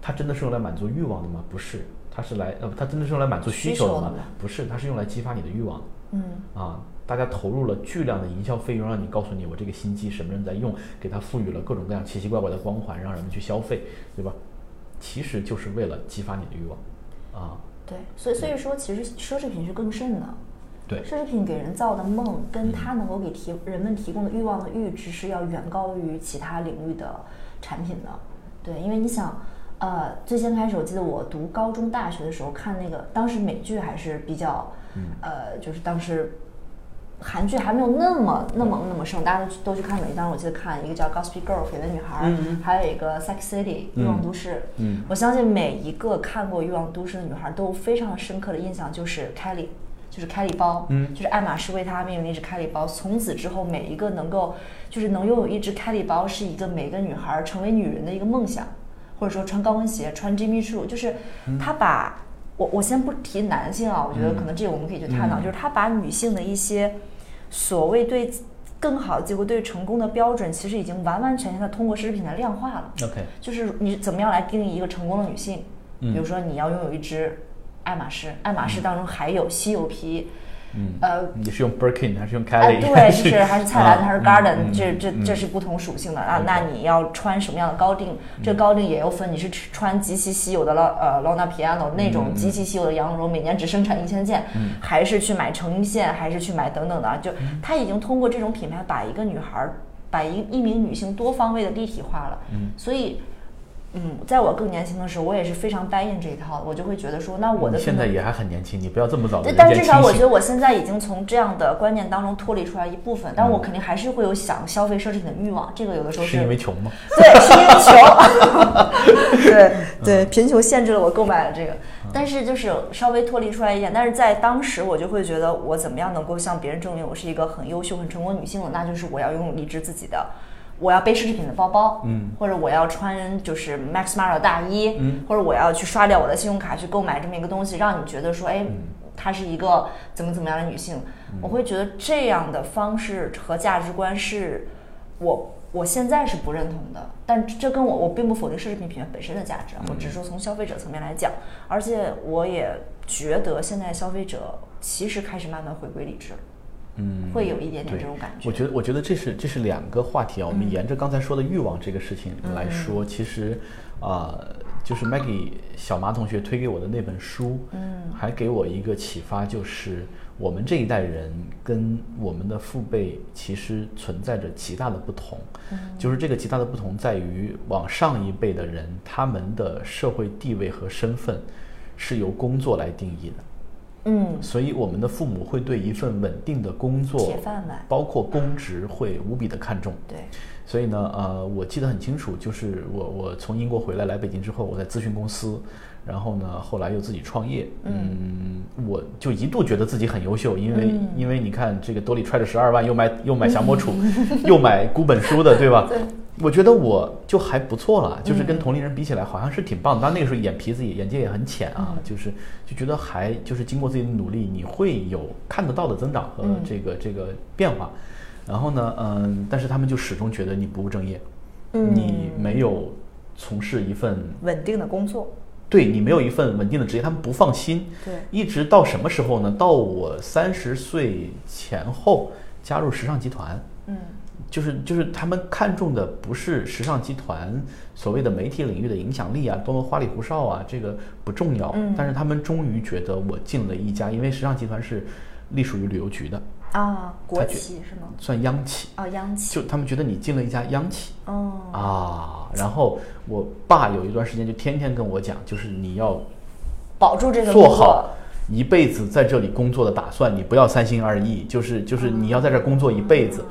它真的是用来满足欲望的吗？不是，它是来呃，它真的是用来满足需
需
求
求
的吗
的？
不是，它是用来激发你的欲望的。
嗯
啊，大家投入了巨量的营销费用，让你告诉你我这个新机什么人在用，给它赋予了各种各样奇奇怪怪的光环，让人们去消费，对吧？其实就是为了激发你的欲望，啊，
对，所以所以说，其实奢侈品是更甚的。
对
奢侈品给人造的梦，跟它能够给提人们提供的欲望的阈值是要远高于其他领域的产品的。对，因为你想，呃，最先开始我记得我读高中、大学的时候看那个，当时美剧还是比较，
嗯
呃，就是当时韩剧还没有那么那么那么盛，大家都去都去看美剧。当时我记得看一个叫《Gossip Girl》绯闻女孩，还有一个《Sex City》欲望都市。
嗯
我相信每一个看过《欲望都市》的女孩都有非常深刻的印象，就是 Kelly。就是凯里包，
嗯
就是爱马仕为她命名了一只凯里包。从此之后，每一个能够就是能拥有一只凯里包，是一个每个女孩成为女人的一个梦想，或者说穿高跟鞋、穿 Jimmy Choo，就是她把、我我先不提男性啊，我觉得可能这个我们可以去探
嗯
讨，就是她把女性的一些所谓对更好结果对成功的标准，其实已经完完全全的通过奢侈品来量化了。
，OK，
就是你怎么样来定义一个成功的女性？
嗯
比如说你要拥有一只爱马仕，爱马仕当中还有稀有皮，
嗯
呃。
你是用 Birkin 还是用
哎，
Kelly？、
对，就是还是菜篮子，还是 garden，、
嗯嗯
这这
嗯
这是不同属性的啊。
OK
那你要穿什么样的高定？
嗯
这高定也有分，你是穿极其稀有的了呃 Lona Piano 那
嗯
种极其稀有的羊绒，每年只生产一千件，还是去买成衣线，还是去买等等的啊？就
嗯
他已经通过这种品牌把一个女孩儿，把一一名女性多方位的立体化了。所以，嗯，在我更年轻的时候，我也是非常 buy in 这一套的，我就会觉得说，那我的
你嗯现在也还很年轻，你不要这么早的
对，
人
但
间
至少我
清
觉
醒
得我现在已经从这样的观念当中脱离出来一部分，但我肯定还是会有想消费奢侈品的欲望，这个有的时候
嗯是因为穷吗？
对，是因为穷，对对，贫穷限制了我购买了这个，但是就是稍微脱离出来一点，但是在当时我就会觉得我怎么样能够向别人证明我是一个很优秀、很成功的女性了，那就是我要拥有一只自己的。我要背奢侈品的包包，嗯，或者我要穿就是 Max Mara 的大衣，嗯，或者我要去刷掉我的信用卡去购买这么一个东西，让你觉得说，哎，她是一个怎么怎么样的女性，我会觉得这样的方式和价值观是我我现在是不认同的，但这跟我我并不否定奢侈品品牌本身的价值啊，我
嗯
只是说从消费者层面来讲，而且我也觉得现在消费者其实开始慢慢回归理智，嗯，会有一点点
对
这种感觉，
我觉得，我觉得这是这是两个话题啊。我们沿着刚才说的欲望这个事情来说，其实，啊、就是 Maggie 小马同学推给我的那本书，嗯，还给我一个启发，就是我们这一代人跟我们的父辈其实存在着极大的不同，就是这个极大的不同在于往上一辈的人，他们的社会地位和身份是由工作来定义的。
嗯，
所以我们的父母会对一份稳定的工作
铁饭碗，
包括公职，会无比的看重。
对，
所以呢，呃，我记得很清楚，就是我我从英国回来来北京之后，我在咨询公司，然后呢，后来又自己创业，嗯，我就一度觉得自己很优秀，因为、因为你看这个兜里揣着十二万，又买又买降魔杵，又买古本书的，对吧？
对
我觉得我就还不错了，就是跟同龄人比起来，好像是挺棒的。但那个时候眼皮子也眼界也很浅啊，就是就觉得还就是经过自己的努力，你会有看得到的增长和这个、这个变化。然后呢，嗯，但是他们就始终觉得你不务正业，
嗯
你没有从事一份
稳定的工作，
对你没有一份稳定的职业，他们不放心。
对
一直到什么时候呢？到我三十岁前后加入时尚集团，
嗯
就是就是他们看重的不是时尚集团所谓的媒体领域的影响力啊，多么花里胡哨啊，这个不重要。
嗯
但是他们终于觉得我进了一家，因为时尚集团是隶属于旅游局的，
啊，国
他觉
企是吗？
算央企，
啊，央企，
就他们觉得你进了一家央企。
哦，
啊，然后我爸有一段时间就天天跟我讲，就是你要
保住这个
做
工作
好一辈子在这里工作的打算，你不要三心二意，就是就是你要在这儿工作一辈子。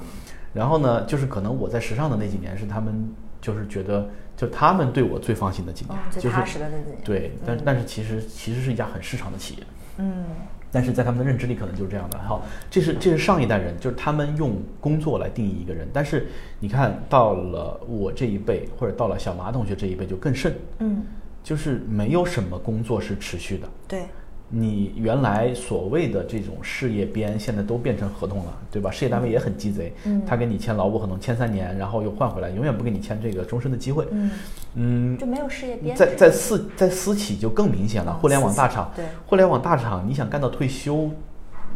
然后呢，就是可能我在时尚的那几年是他们就是觉得就他们对我最放心的几年
嗯，，最
就是
踏实的那几年，
对，但但是其实其实是一家很市场的企业，
嗯
但是在他们的认知里可能就是这样的。好，这是这是上一代人，就是他们用工作来定义一个人，但是你看到了我这一辈，或者到了小马同学这一辈就更甚，
嗯
就是没有什么工作是持续的。
对，
你原来所谓的这种事业编，现在都变成合同了，对吧？事业单位也很鸡贼，
嗯
他跟你签劳务合同，签三年，然后又换回来，永远不给你签这个终身的机会。
嗯，
嗯，
就没有事业编制
在在私在私企就更明显了，
嗯
互联网
私
大
企
厂，
对
互联网大厂，你想干到退休，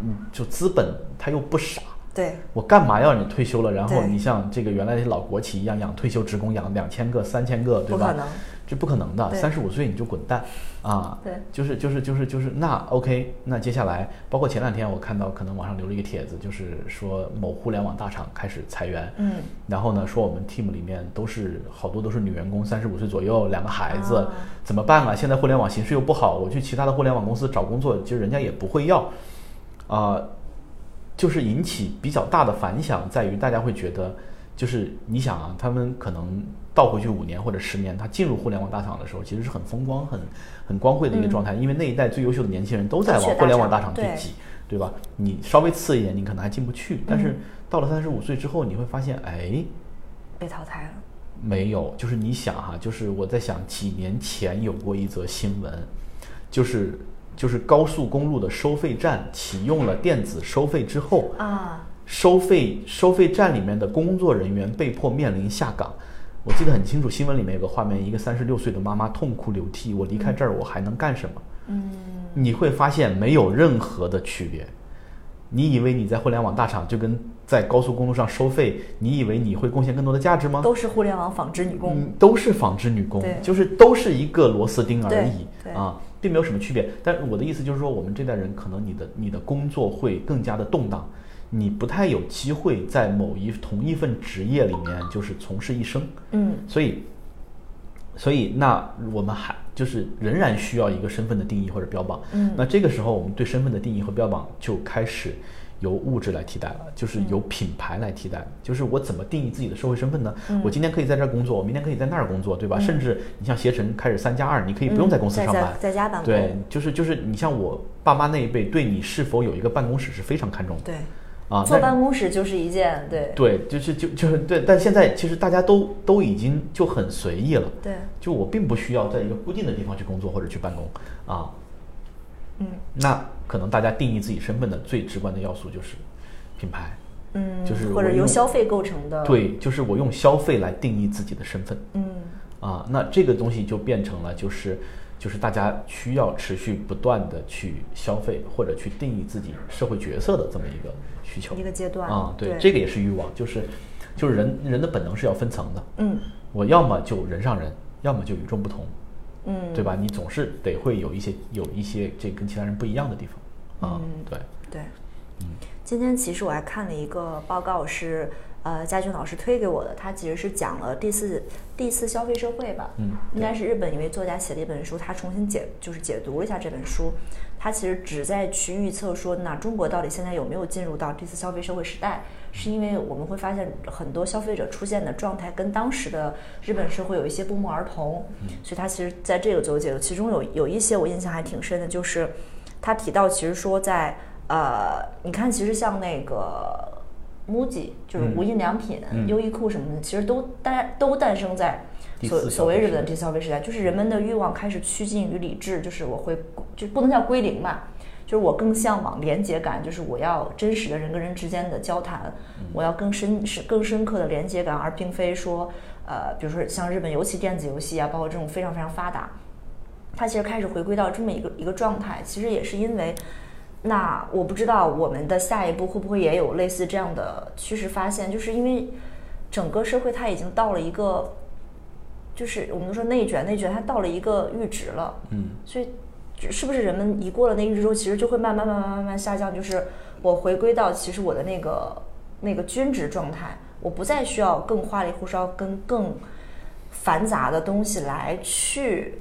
嗯，就资本他又不傻，
对
我干嘛要你退休了？然后
对
你像这个原来的老国企一样养退休职工，养两千个、三千个，对吧？
不可能，
这不可能的。
对
三十五岁你就滚蛋啊！
对
就是就是就是就是那 OK，那接下来包括前两天我看到可能网上留了一个帖子，就是说某互联网大厂开始裁员，
嗯，
然后呢说我们 team 里面都是好多都是女员工，三十五岁左右，两个孩子、
啊
怎么办啊？现在互联网形势又不好，我去其他的互联网公司找工作，其实人家也不会要，啊、就是引起比较大的反响，在于大家会觉得，就是你想啊，他们可能倒回去五年或者十年，他进入互联网大厂的时候，其实是很风光、很很光辉的一个状态，因为那一代最优秀的年轻人都在
嗯都去大
往互联网
厂
大厂去
对
挤，对吧？你稍微次一点，你可能还进不去，但是到了三十五岁之后，你会发现，哎，
被淘汰了。
没有，就是你想哈、就是我在想几年前有过一则新闻，就是就是高速公路的收费站启用了电子收费之后，
啊，
收费收费站里面的工作人员被迫面临下岗。我记得很清楚，新闻里面有个画面，一个三十六岁的妈妈痛哭流涕，我离开这儿我还能干什么？
嗯，
你会发现没有任何的区别。你以为你在互联网大厂就跟在高速公路上收费，你以为你会贡献更多的价值吗？
都是互联网纺织女工。
嗯，都是纺织女工
对，
就是都是一个螺丝钉而已
对对
啊，并没有什么区别。但是我的意思就是说，我们这代人可能你的你的工作会更加的动荡，你不太有机会在某一同一份职业里面就是从事一生。
嗯，
所以，所以那我们还就是仍然需要一个身份的定义或者标榜。
嗯
那这个时候我们对身份的定义和标榜就开始由物质来替代了，就是由
嗯
品牌来替代。就是我怎么定义自己的社会身份呢？
嗯
我今天可以在这儿工作，我明天可以在那儿工作，对吧？甚至你像携程开始三加二，你可以不用在公
嗯
司
在
上
在
班，
在家办公
对，就是就是你像我爸妈那一辈，对你是否有一个办公室是非常看重的。
对，
啊，
坐
那
办公室就是一件对
对，就是就就是对，但现在其实大家都都已经就很随意了，
对，
就我并不需要在一个固定的地方去工作或者去办公啊。
嗯，
那可能大家定义自己身份的最直观的要素就是品牌，
嗯，
就是
或者
我
由
用
消费构成的。，
对，就是我用消费来定义自己的身份
嗯，
啊。那这个东西就变成了就是就是大家需要持续不断的去消费或者去定义自己社会角色的这么一个需求
一个阶段
啊。对，
对
这个也是欲望，就是就是人人的本能是要分层的，
嗯，
我要么就人上人，要么就与众不同。
嗯，
对吧？你总是得会有一些有一些这跟其他人不一样的地方啊，对，
对，今天其实我还看了一个报告是，呃家俊老师推给我的，他其实是讲了第四第四消费社会吧，
嗯
应该是日本一位作家写了一本书，他重新解就是解读了一下这本书，他其实旨在去预测说，那中国到底现在有没有进入到第四消费社会时代？是因为我们会发现很多消费者出现的状态跟当时的日本社会有一些不谋而同，所以他其实在这个纠结了。其中有有一些我印象还挺深的，就是他提到，其实说在呃，你看，其实像那个 MUJI，就是
嗯
无印良品、优衣库什么的，其实都诞都诞生在
第
所
四消
所谓
费
日
时
本的
代
第四消费时代，就是人们的欲望开始趋近于理智，就是我会就不能叫归零吧。就是我更向往连接感，就是我要真实的人跟人之间的交谈，
嗯
我要更深、是更深刻的连接感，而并非说，呃，比如说像日本，尤其电子游戏啊，包括这种非常非常发达，它其实开始回归到这么一个一个状态，其实也是因为，那我不知道我们的下一步会不会也有类似这样的趋势发现，就是因为整个社会它已经到了一个，就是我们说内卷，内卷它到了一个阈值了，
嗯，
所以就是不是人们一过了那阈值之后，其实就会慢慢慢慢慢慢下降，就是我回归到其实我的那个那个均值状态，我不再需要更花里胡哨跟更繁杂的东西来去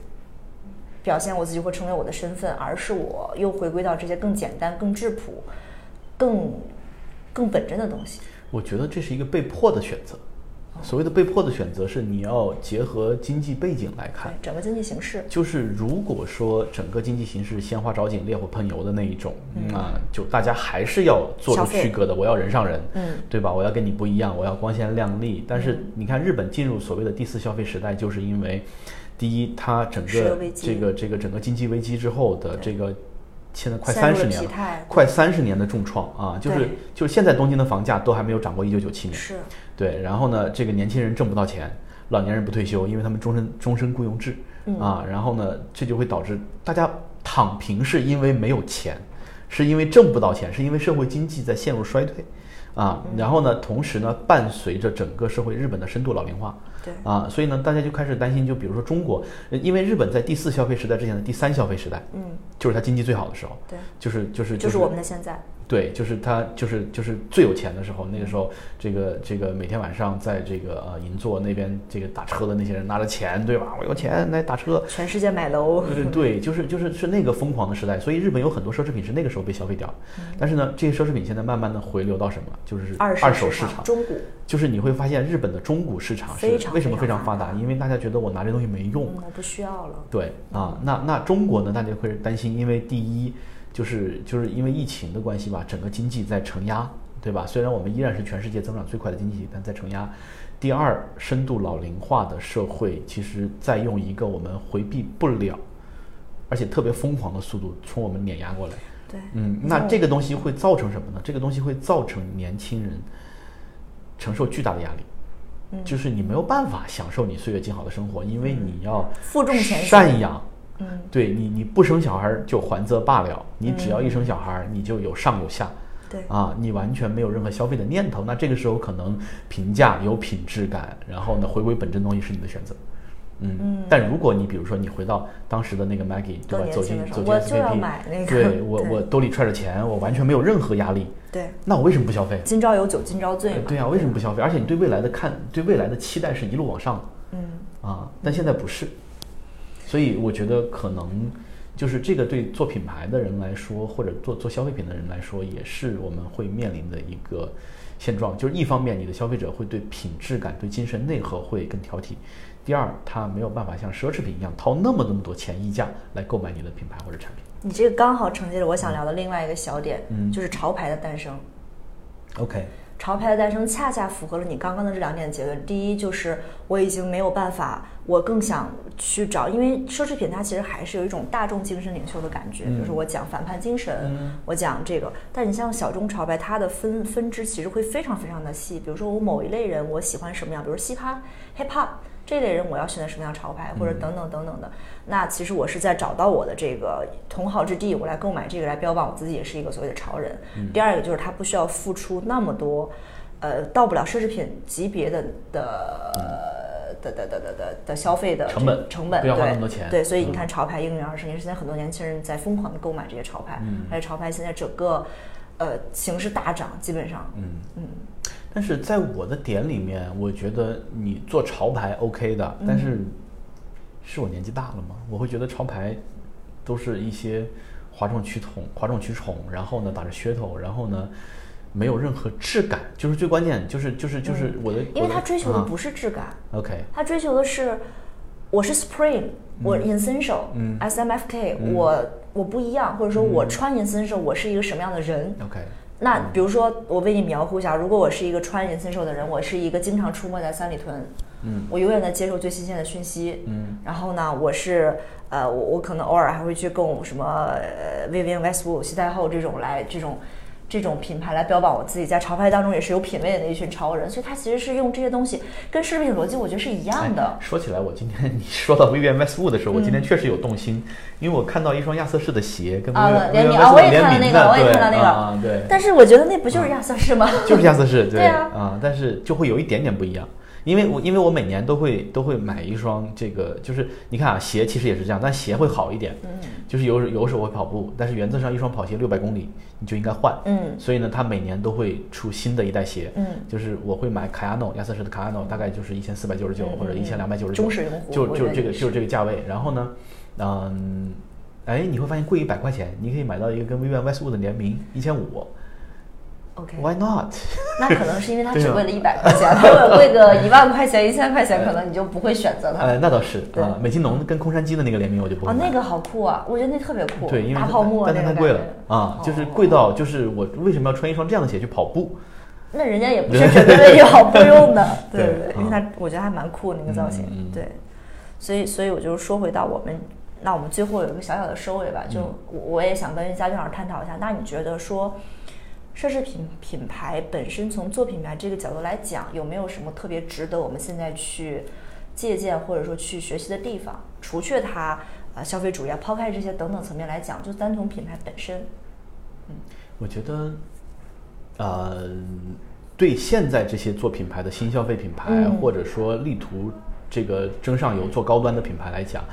表现我自己或成为我的身份，而是我又回归到这些更简单、更质朴、更更本真的东西。
我觉得这是一个被迫的选择，所谓的被迫的选择是你要结合经济背景来看
对，整个经济形势，
就是如果说整个经济形势鲜花着锦、烈火烹油的那一种，那就大家还是要做
嗯消
出
费
区隔的。我要人上人，
嗯，
对吧？我要跟你不一样，我要光鲜亮丽。但是你看，日本进入所谓的第四消费时代，就是因为第一，它整
石油
个
危机
这个这个整个经济危机之后的这个。现在快
陷入
三
了
十年
疲
了
态，
快三十年的重创啊，就是
对
就是现在东京的房价都还没有涨过一九九七年，
是
对，然后呢，这个年轻人挣不到钱，老年人不退休，因为他们终身终身雇佣制、
嗯
啊。然后呢，这就会导致大家躺平，是因为没有钱，是因为挣不到钱，是因为社会经济在陷入衰退啊。
嗯
然后呢，同时呢，伴随着整个社会日本的深度老龄化。
对
啊，所以呢，大家就开始担心，就比如说中国，呃因为日本在第四消费时代之前的第三消费时代，嗯，就是它经济最好的时候，
对，
就是就是
就是我们的现在，
对，就是他，就是就是最有钱的时候，那个时候，这个这个每天晚上在这个呃银座那边这个打车的那些人拿着钱，对吧？我有钱来打车。
全世界买楼，
对对，就是就是是那个疯狂的时代，所以日本有很多奢侈品是那个时候被消费掉，但是呢，这些奢侈品现在慢慢的回流到什么？就是
嗯二
二手
市
市
场、中古，
就是你会发现日本的中古市场是
非常
为什么
非
非
常
常发
发
达？因为大家觉得我拿这东西没用，
嗯，我不需要了，
对啊，那那中国呢，大家会担心，因为第一就是就是因为疫情的关系吧，整个经济在承压，对吧？虽然我们依然是全世界增长最快的经济体，但在承压。第二，深度老龄化的社会，其实在用一个我们回避不了，而且特别疯狂的速度从我们碾压过来。
对，
嗯，那这个东西会造成什么呢？这个东西会造成年轻人承受巨大的压力，就是你没有办法享受你岁月静好的生活，因为你要
负重前行嗯
赡养。对你，你不生小孩儿就还则罢了，你只要一生小孩儿，你就有上有下。
对
啊，你完全没有任何消费的念头，那这个时候可能平价有品质感，然后呢，回归本真东西是你的选择。嗯，但如果你比如说你回到当时的那个 Maggie 对
多
吧？
年
走
轻
进
的时候
走
我
进
就要
SKP，
买那个
对我
对
我兜里揣着钱，我完全没有任何压力，
对，
那我为什么不消费？
今朝有酒今朝醉嘛，
呃对呀、为什么不消费？而且你对未来的看，对未来的期待是一路往上的，嗯啊，但现在不是，所以我觉得可能就是这个对做品牌的人来说，或者做做消费品的人来说，也是我们会面临的一个现状。就是一方面，你的消费者会对品质感、对精神内核会更挑剔；第二，他没有办法像奢侈品一样掏那么那么多钱溢价来购买你的品牌或者产品。
你这个刚好承接着我想聊的另外一个小点，
嗯
就是潮牌的诞生。
OK，
潮牌的诞生恰恰符合了你刚刚的这两点结论。第一就是我已经没有办法，我更想去找，因为奢侈品它其实还是有一种大众精神领袖的感觉，就是我讲反叛精神，我讲这个。但你像小众潮牌，它的分分支其实会非常非常的细。比如说我某一类人，我喜欢什么样，比如嘻哈、hip hop。这类人我要选择什么样的潮牌，或
嗯
者等等等等的。那其实我是在找到我的这个同好之地，我来购买这个来标榜我自己也是一个所谓的潮人。
嗯
第二个就是他不需要付出那么多，呃，到不了奢侈品级别的的。的的的的的的消费的
嗯成本
成本
不要花
对
那么多钱嗯
对，所以你看潮牌应运而生，因为现在很多年轻人在疯狂的购买这些潮牌，
嗯
而且潮牌现在整个呃形势大涨，基本上，嗯，
但是在我的点里面，我觉得你做潮牌 OK 的，
嗯
但是是我年纪大了吗？我会觉得潮牌都是一些哗众取宠、哗众取宠，然后呢打着噱头，然后呢没有任何质感，就是最关键就是就是就是我的，
嗯因为
我
他追求的
啊
不是质感，
OK，
他追求的是，我是 Supreme，、我 Essential，嗯，SMFK，、我嗯我不一样，或者说我穿 Essential，我是一个什么样的人？
OK，
那比如说，我为你描绘一下，如果我是一个穿 Essential 的人，我是一个经常出没在三里屯，嗯，我永远在接受最新鲜的讯息，嗯，然后呢，我是呃，我我可能偶尔还会去跟我什么呃 Vivienne Westwood 西太后这种来这种。这种品牌来标榜我自己，在潮牌当中也是有品位的一群潮人，所以他其实是用这些东西跟奢侈品逻辑，我觉得是一样的。嗯
哎说起来，我今天你说到 Vivienne Westwood 的时候，我今天确实有动心，因为我看到一双亚瑟士的鞋跟 Vivienne
啊
Westwood
联名
联
啊我也看到那
名
个
的，
我也
对
看到那个
啊对。
但是我觉得那不就是亚瑟士吗？
就是亚瑟士，对
对啊
但是就会有一点点不一样。因为我因为我每年都会都会买一双这个，就是你看啊，鞋其实也是这样，但鞋会好一点，嗯，就是有时有时候我会跑步，但是原则上一双跑鞋六百公里你就应该换，
嗯
所以呢，它每年都会出新的一代鞋，
嗯
就是我会买卡亚诺亚瑟士的卡亚诺，大概就是一千四百九十九或者一千两百九十
嗯
九，
忠实用户
就
我
就
觉得
是这个
也是
就是这个价位。然后呢，嗯，哎，你会发现贵一百块钱，你可以买到一个跟 Vivienne Westwood 的联名一千五。
OK，
Why not？
那可能是因为它
对
只
啊
贵了一百块钱，它如果贵个一万块钱、一千块钱，可能你就不会选择它。
呃，那倒是
对
啊，美津浓跟空山鸡的那个联名我就不会
哦，
买
那个好酷啊！我觉得那特别酷，
对，因为
大
它
泡沫
但
那
它
个
太
感
贵
觉
了啊，就是
哦
贵到就是我为什么要穿一双这样的鞋去跑步？
那人家也不是准 备为好不用的，对
对
对对，因为
嗯
它我觉得还蛮酷的那个造型，对，所以所以我就说回到我们，那我们最后有一个小小的收尾吧，就
嗯
我我也想跟嘉俊老师探讨一下，那你觉得说奢侈品品牌本身从做品牌这个角度来讲，有没有什么特别值得我们现在去借鉴或者说去学习的地方？除却它呃消费主义啊，抛开这些等等层面来讲，就单从品牌本身，
嗯我觉得，呃，对现在这些做品牌的新消费品牌，
嗯
或者说力图这个争上游做高端的品牌来讲，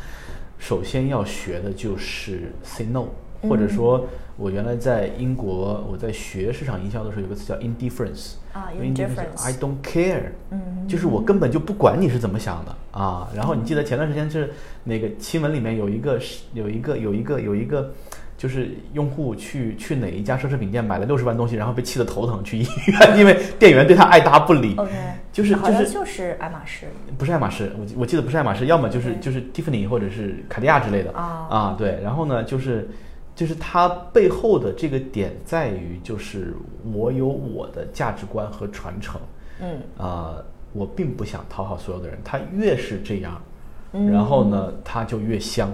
首先要学的就是 say no，、或
嗯
者说，我原来在英国我在学市场营销的时候，有个词叫 indifference。
啊 indifference
I don't care，就是
嗯
我根本就不管你是怎么想的啊。然后你记得前段时间是那个新闻里面有一个是有一个有一个有一个，就是用户去去哪一家奢侈品店买了六十万东西，然后被气得头疼去医院， 因为店员对他爱答不理。
OK，
就是
哦好像
就是
就是爱马仕，
不是爱马仕，我记我记得不是爱马仕，要么就是
对
就是 Tiffany 或者是卡地亚之类的
啊
啊，对。然后呢，就是就是它背后的这个点在于，就是我有我的价值观和传承。
嗯。
呃，我并不想讨好所有的人，他越是这样，
嗯
然后呢，他就越香。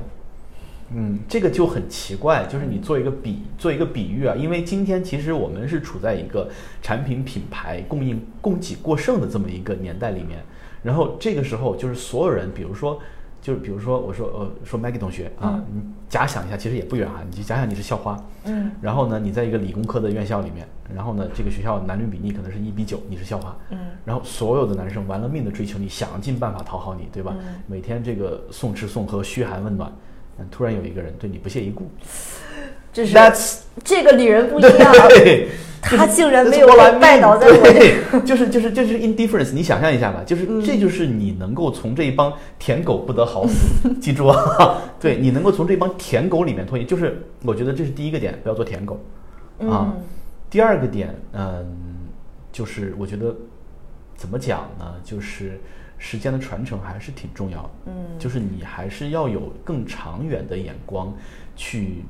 嗯，这个就很奇怪，就是你做一个比做一个比喻啊，因为今天其实我们是处在一个产品品牌供应供给过剩的这么一个年代里面，然后这个时候就是所有人，比如说。就是比如说，我说呃，说 Maggie 同学啊，你假想一下，其实也不远啊，你就假想你是校花，
嗯，
然后呢，你在一个理工科的院校里面，然后呢，这个学校男女比例可能是一比九，你是校花，嗯，然后所有的男生玩了命的追求你，想尽办法讨好你，对吧？
嗯
每天这个送吃送喝，嘘寒问暖，但突然有一个人对你不屑一顾
这是
，That's
这个女人不一样，
对，
她竟然
这
没
是
有
我来
被拜倒在我这。嗯
对， 就是就是就是 indifference，你想象一下吧，就是、这就是你能够从这一帮舔狗不得好死，记住啊， 对你能够从这帮舔狗里面脱颖，就是我觉得这是第一个点，不要做舔狗
嗯
啊。第二个点，嗯，就是我觉得怎么讲呢，就是时间的传承还是挺重要的，嗯，就是你还是要有更长远的眼光去。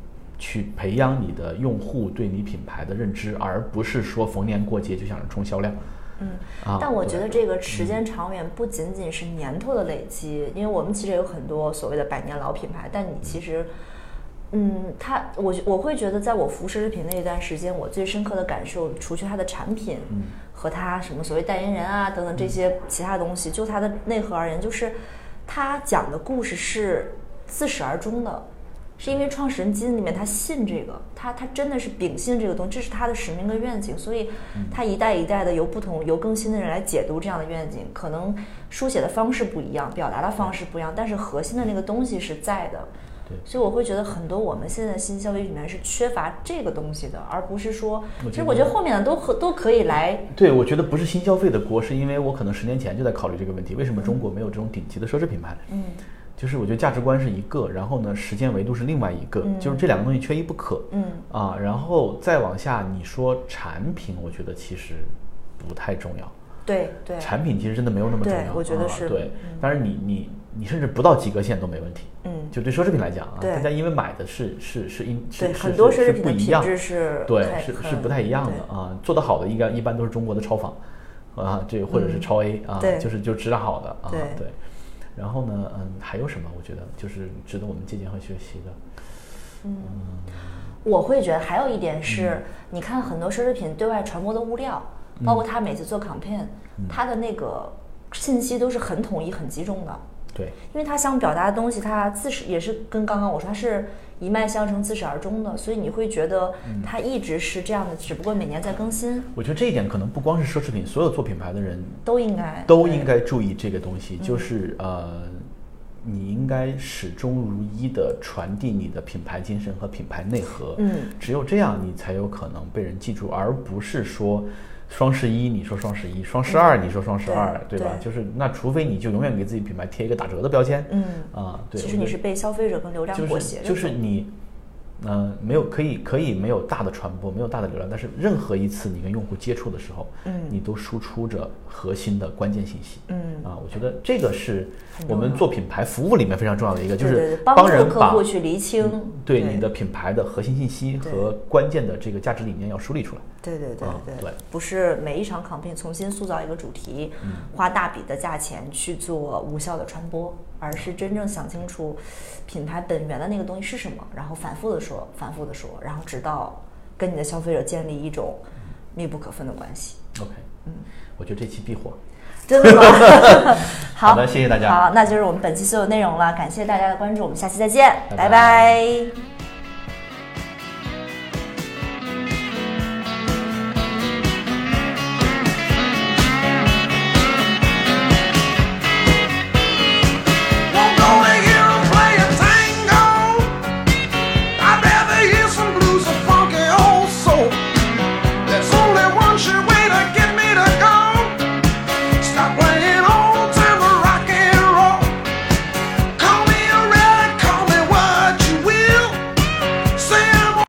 去培养你的用户对你品牌的认知，而不是说逢年过节就想着冲销量。嗯，啊，
但我觉
对
得这个时间长远不仅仅是年头的累积，因为我们其实有很多所谓的百年老品牌，但你其实，嗯，它我我会觉得，在我服奢侈品那一段时间，我最深刻的感受，除去它的产品和它什么所谓代言人啊等等这些其他东西，就它的内核而言，就是它讲的故事是自始而终的。是因为创始人基因里面他信这个，他他真的是秉性这个东西，这是他的使命跟愿景，所以他一代一代的由不同由更新的人来解读这样的愿景，可能书写的方式不一样，表达的方式不一样，但是核心的那个东西是在的。
对
所以我会觉得很多我们现在新消费里面是缺乏这个东西的，而不是说，其实我觉得后面的都可都可以来
对，我觉得不是新消费的锅，是因为我可能十年前就在考虑这个问题，为什么中国没有这种顶级的奢侈品牌？嗯，就是我觉得价值观是一个，然后呢，时间维度是另外一
嗯
个，就是这两个东西缺一不可。嗯啊，然后再往下，你说产品，我觉得其实不太重要。
对对
产品其实真的没有那么重
对
要，
我觉得
啊
是
对。但是你你你甚至不到及格线都没问题，
嗯
就对奢侈品来讲啊，
对
大家因为买的是是是因是
对，
是
很多
是
奢侈
是
品
不
的
一
品
样
质是
对，
很
是是
很
不太一样
对
的啊。做得好的应该一般都是中国的超仿，啊，这或者是超 A 啊
嗯对，
就是就质量好的啊，
对
对。然后呢，嗯，还有什么？我觉得就是值得我们借鉴和学习的。
我会觉得还有一点
嗯
是，你看很多奢侈品对外传播的物料，包括他每次做 campaign，他
嗯
的那个信息都是很统一、很集中的。
对，
因为他想表达的东西，他自始也是跟刚刚我说，他是一脉相承、自始而终的，所以你会觉得
嗯
他一直是这样的，只不过每年在更新，
我觉得这一点可能不光是奢侈品，所有做品牌的人
都应该
都应该注意这个东
嗯
西，就是呃，你应该始终如一的传递你的品牌精神和品牌内核。
嗯，
只有这样，你才有可能被人记住，而不是说。双十一，你说双十一；双十二，你说双十二，
嗯对
对吧？
对
就是那，除非你就永远给自己品牌贴一个打折的标签，
嗯
啊，对。
其
我
实
觉
你
得
是被消费者跟流量
就
裹
是
挟着
就是
走
你，呃，没有可以可以没有大的传播，没有大的流量，但是任何一次你跟用户接触的时候，嗯，你都输出着核心的关键信息，嗯啊，我觉得这个是我们做品牌服务里面非常重要的一个，就
对对
是
对，帮
帮
助
人
客
把
户去厘清
对你的品牌的核心信息和关键的这个价值理念要梳理出来。
对对对
啊
对，
对
不是每一场 campaign 重新塑造一个主题，
嗯
花大笔的价钱去做无效的传播，而是真正想清楚品牌本源的那个东西是什么，然后反复的说，反复的说，然后直到跟你的消费者建立一种密不可分的关系。
OK，嗯，我觉得这期必火。
真的 吗？
好的谢谢大家
好，那就是我们本期所有内容了，感谢大家的关注，我们下期再见，
拜拜
拜拜